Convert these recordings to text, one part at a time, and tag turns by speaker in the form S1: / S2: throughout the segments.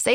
S1: Say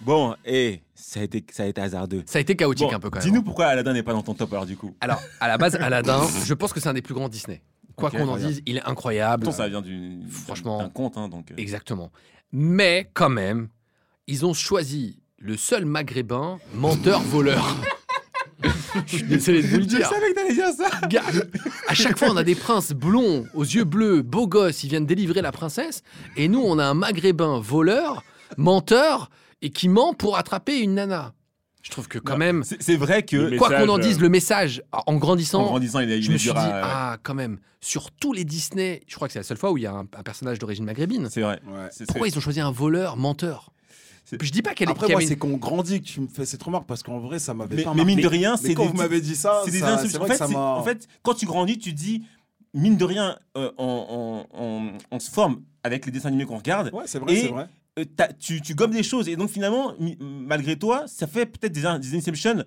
S2: Bon, hé, ça, a été, ça a été hasardeux.
S3: Ça a été chaotique
S2: Bon,
S3: un peu quand même. hein.
S2: Dis-nous pourquoi Aladdin n'est pas dans ton top alors du coup.
S3: Alors, à la base, Aladdin, je pense que c'est un des plus grands Disney. Quoi
S2: Ok,
S3: qu'on en
S2: incroyable.
S3: dise, il est incroyable.
S2: Pourtant, ça vient d'une-
S3: Franchement.
S2: d'un conte, hein, donc. euh,
S3: Exactement. Mais quand même, ils ont choisi le seul maghrébin menteur-voleur. je suis désolé de vous le
S2: Je
S3: dire.
S2: savais que t'allais dire ça.
S3: Gars, à chaque fois, on a des princes blonds, aux yeux bleus, beaux gosses, ils viennent délivrer la princesse. Et nous, on a un maghrébin voleur, menteur, et qui ment pour attraper une nana. Je trouve que quand
S4: Non,
S3: même,
S2: C'est c'est vrai que
S4: Le
S3: quoi qu'on en
S4: message,
S3: dise,
S4: euh,
S3: le message, en grandissant,
S2: en grandissant, il est,
S3: je
S2: il est
S3: me suis
S2: dur
S3: dit,
S2: à-
S3: ah, quand même, sur tous les Disney, je crois que c'est la seule fois où il y a un, un personnage d'origine maghrébine.
S2: C'est vrai.
S4: Ouais.
S2: C'est-
S3: Pourquoi ils ont choisi un voleur, menteur
S2: C'est-
S3: Puis je dis pas qu'elle est
S4: Après,
S3: qu'il y
S4: moi,
S3: avait une-
S4: c'est qu'on grandit que tu me fais cette remarque parce qu'en vrai, ça m'avait
S2: Mais-
S4: pas
S2: mais mine
S4: marqué.
S2: de rien,
S4: Mais
S2: c'est
S4: quand
S2: des-
S4: vous m'avez dit ça,
S2: c'est des
S4: ça-
S2: insultes.
S4: c'est
S2: En
S4: vrai
S2: fait,
S4: que ça
S2: c'est-
S4: m'a.
S2: en fait, quand tu grandis, tu dis, mine de rien, euh, on, on- on- on se forme avec les dessins animés qu'on regarde.
S4: ouais, c'est vrai,
S2: Et-
S4: c'est vrai.
S2: Euh, t'as- tu, tu gommes des choses. Et donc, finalement, mi- malgré toi, ça fait peut-être des, in- des Inception.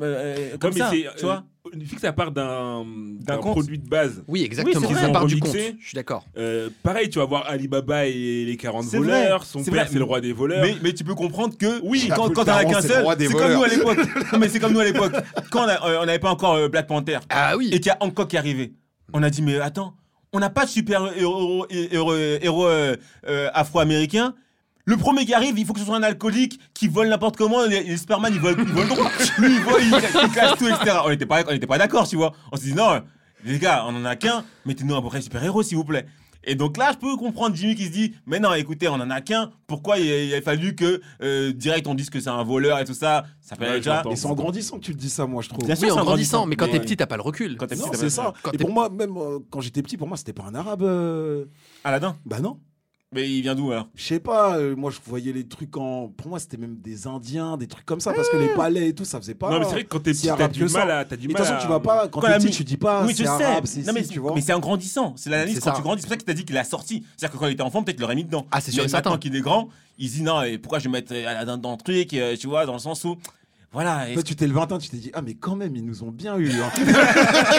S2: euh, comme
S4: mais
S2: ça,
S4: c'est,
S2: tu vois
S4: Netflix, ça part d'un
S2: d'un
S4: conte.
S2: produit
S4: de base.
S3: Oui, exactement.
S4: c'est
S3: ça
S4: vrai.
S3: part du compte.
S4: Remixé.
S3: Je suis d'accord.
S4: Euh, pareil, tu vas voir Alibaba et les 40
S2: C'est
S4: voleurs.
S2: vrai,
S4: Son
S2: c'est
S4: père,
S2: vrai.
S4: c'est le roi des voleurs.
S2: mais, mais tu peux comprendre que
S4: Oui,
S2: quand,
S4: Captain
S2: quand t'en as
S4: Marron,
S2: qu'un
S4: c'est le
S2: seul,
S4: roi des
S2: c'est comme nous
S4: voleurs.
S2: à l'époque. non, mais c'est comme nous à l'époque. Quand on a- euh, on n'avait pas encore euh, Black Panther
S3: Ah oui.
S2: et qu'il y a Hancock qui est arrivé, on a dit Mais attends, on n'a pas de super héros, héros, héros, euh, euh, afro-américain. Le premier qui arrive, il faut que ce soit un alcoolique qui vole n'importe comment. Les, les Superman, ils volent, ils volent droit. Lui, il vole, il, il casse tout, etc. On n'était pas, on était pas d'accord, tu vois. On s'est dit Non, les gars, on en a qu'un, mettez-nous un vrai super-héros, s'il vous plaît. Et donc là, je peux comprendre Jimmy qui se dit Mais non, écoutez, on en a qu'un. Pourquoi il, a- il a fallu que euh, direct on dise que c'est un voleur et tout ça Ça fait
S4: Ouais,
S2: déjà.
S4: j'entends. Et c'est en grandissant que tu le dis ça, moi, je trouve.
S2: Bien
S3: Oui,
S2: c'est
S3: en
S2: un
S3: grandissant, mais quand t'es
S2: mais-
S3: petit, t'as pas le recul.
S2: Quand t'es
S4: Non,
S2: petit,
S4: c'est ça.
S3: Quand
S4: et
S3: t'es-
S4: pour moi, même euh, quand j'étais petit, pour moi, c'était pas un arabe. euh,
S2: Aladdin.
S4: Bah non.
S2: Mais il vient d'où alors
S4: Je sais pas, euh, moi je voyais les trucs en. Pour moi, c'était même des Indiens, des trucs comme ça, parce que
S3: Ah.
S4: les palais et tout, ça faisait pas.
S5: Non, mais c'est vrai que quand t'es
S4: si
S5: petit, t'as
S4: arabe
S5: du
S4: que ça.
S5: mal à. t'as du
S4: Et De toute
S5: mal
S4: façon,
S5: à-
S4: tu vas pas. Quand
S2: Quand
S4: t'es
S2: euh, la
S4: petit,
S2: mu-
S4: tu dis
S3: Ah,
S4: pas.
S2: Oui,
S4: c'est
S2: je sais.
S4: arabe, c'est
S2: non, mais,
S4: si, tu vois.
S2: mais c'est en grandissant. C'est l'analyse
S3: C'est
S2: quand
S3: ça.
S2: tu grandis. C'est pour ça que t'as dit qu'il a sorti. C'est-à-dire que quand il était enfant, peut-être qu'il l'aurait mis dedans.
S3: Ah, c'est sûr
S2: Mais
S3: et certain.
S2: Maintenant qu'il est grand, il se dit non, et pourquoi je vais mettre euh, Aladdin dans le truc, euh, tu vois, dans le sens où. Voilà. et-
S4: Toi, tu t'es levé un teint, tu t'es dit, ah, mais quand même, ils nous ont bien eu. hein.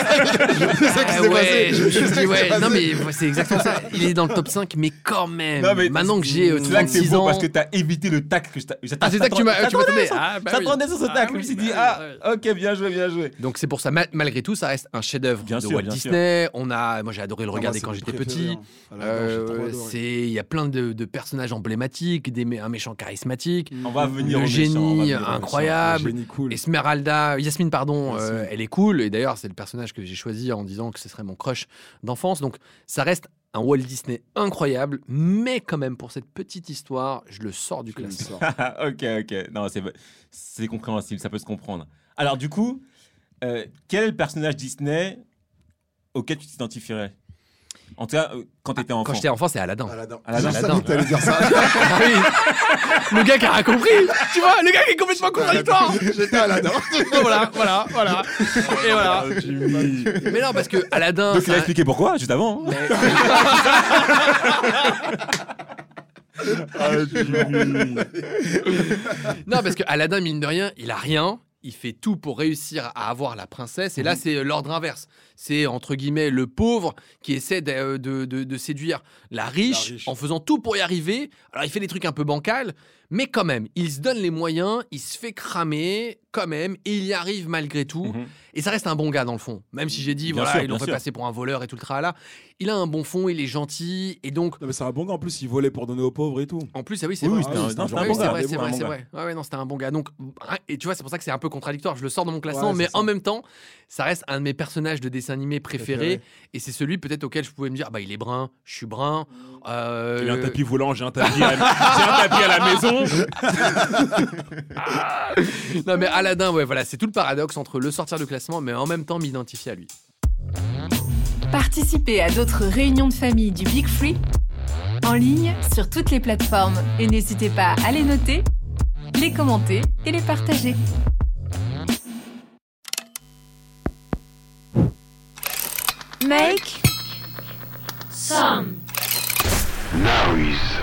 S3: Ah ouais, je me suis dit, ouais. Non, mais ouais, c'est exactement ça. Il est dans le top 5, mais quand même.
S2: Non, mais
S3: maintenant que j'ai euh,
S2: C'est là que c'est
S3: 36
S2: beau
S3: ans.
S2: parce que t'as évité le tacle que je t'a-
S3: Ah, c'est ça que tu m'as- tu m'attendais.
S2: sur-
S3: Ah, bah oui.
S2: T'attendais sur ce
S3: Ah
S2: tacle. Je
S3: oui,
S2: me suis
S3: bah
S2: dit,
S3: oui,
S2: ah,
S3: bah
S2: ok, bien joué, bien joué.
S3: Donc c'est pour ça, mal- malgré tout, ça reste un chef-d'œuvre
S2: Bien
S3: de
S2: sûr,
S3: Walt
S2: bien sûr.
S3: Disney. On a, moi j'ai adoré le
S4: Ah, moi,
S3: regarder
S4: c'est
S3: quand
S4: mon
S3: j'étais
S4: préféré,
S3: petit.
S4: hein. Ah, là, j'ai trop
S3: Euh,
S4: adoré.
S3: c'est, il y a plein de, de personnages emblématiques, des, mé- un méchant charismatique,
S2: On va venir
S3: le
S2: au méchant, on va
S3: génie
S2: venir au méchant.
S4: Le
S3: incroyable.
S4: génie cool. Ah,
S3: Esmeralda, Yasmine, pardon,
S4: Yasmine.
S3: euh, elle est cool. Et d'ailleurs, c'est le personnage que j'ai choisi en disant que ce serait mon crush d'enfance. Donc, ça reste un Walt Disney incroyable. Mais quand même, pour cette petite histoire, je le sors du
S4: Tu me
S3: classement.
S4: sors.
S2: Ah, ok, ok. Non, c'est, c'est compréhensible, ça peut se comprendre. Alors, du coup, euh, quel est le personnage Disney auquel tu t'identifierais En tout cas, euh, quand t'étais enfant.
S3: Ah, Quand j'étais enfant, c'est Aladdin.
S4: Aladdin.
S2: Aladdin.
S4: Je
S3: Aladdin.
S4: savais que t'allais dire ça.
S3: Ah oui. le gars qui a rien compris, tu vois, le gars qui est complètement contradictoire.
S4: J'étais Aladdin.
S3: voilà, voilà, voilà. Et voilà. Mais non, parce que
S2: Ah,
S3: Aladdin.
S2: Donc, il a
S3: ça-
S2: expliqué pourquoi, juste avant. hein.
S3: non, parce que Aladdin,
S2: Mhm.
S3: mine de rien, il a rien. Il fait tout pour réussir à avoir la princesse. Et là, c'est euh, l'ordre inverse. C'est entre guillemets le pauvre qui essaie d'a- euh, de, de- de séduire la riche,
S4: La riche.
S3: en faisant tout pour y arriver. Alors il fait des trucs un peu bancals, mais quand même, il se donne les moyens, il se fait cramer quand même, et il y arrive malgré tout.
S2: Mhm.
S3: Et ça reste un bon gars dans le fond. Même si j'ai dit,
S2: Bien
S3: voilà,
S2: sûr,
S3: ils l'ont
S2: bien
S3: fait
S2: sûr.
S3: passer pour un voleur et tout le tralala. Il a un bon fond, il est gentil, et donc
S4: Non, mais c'est un bon gars en plus, il volait pour donner aux pauvres et tout.
S3: en plus, ah oui, c'est
S2: Oui, oui,
S3: vrai.
S4: Ah
S2: c'était un-
S4: oui,
S2: c'était un
S4: c'était un
S3: Ah
S2: bon
S3: oui, c'est
S2: gars.
S3: vrai,
S2: c'était
S3: c'est vrai,
S2: un bon
S3: c'est
S2: gars.
S3: vrai. Ouais, ouais, non, c'était un bon gars. Donc, ah, et tu vois, c'est pour ça que c'est un peu contradictoire. Je le sors de mon classement,
S4: Ouais, c'est
S3: mais
S4: ça.
S3: en même temps, ça reste un de mes personnages de dessin animé préférés.
S4: Préféré.
S3: Et c'est celui peut-être auquel je pouvais me dire, ah bah il est brun, je suis brun. euh,
S2: J'ai un tapis volant, j'ai un tapis à la, j'ai un tapis à la maison.
S3: Non mais Aladdin, ouais, voilà, c'est tout le paradoxe entre le sortir du classement, mais en même temps m'identifier à lui.
S5: Participez à d'autres réunions de famille du Big Free en ligne sur toutes les plateformes et n'hésitez pas à les noter, les commenter et les partager. Make
S6: Noise.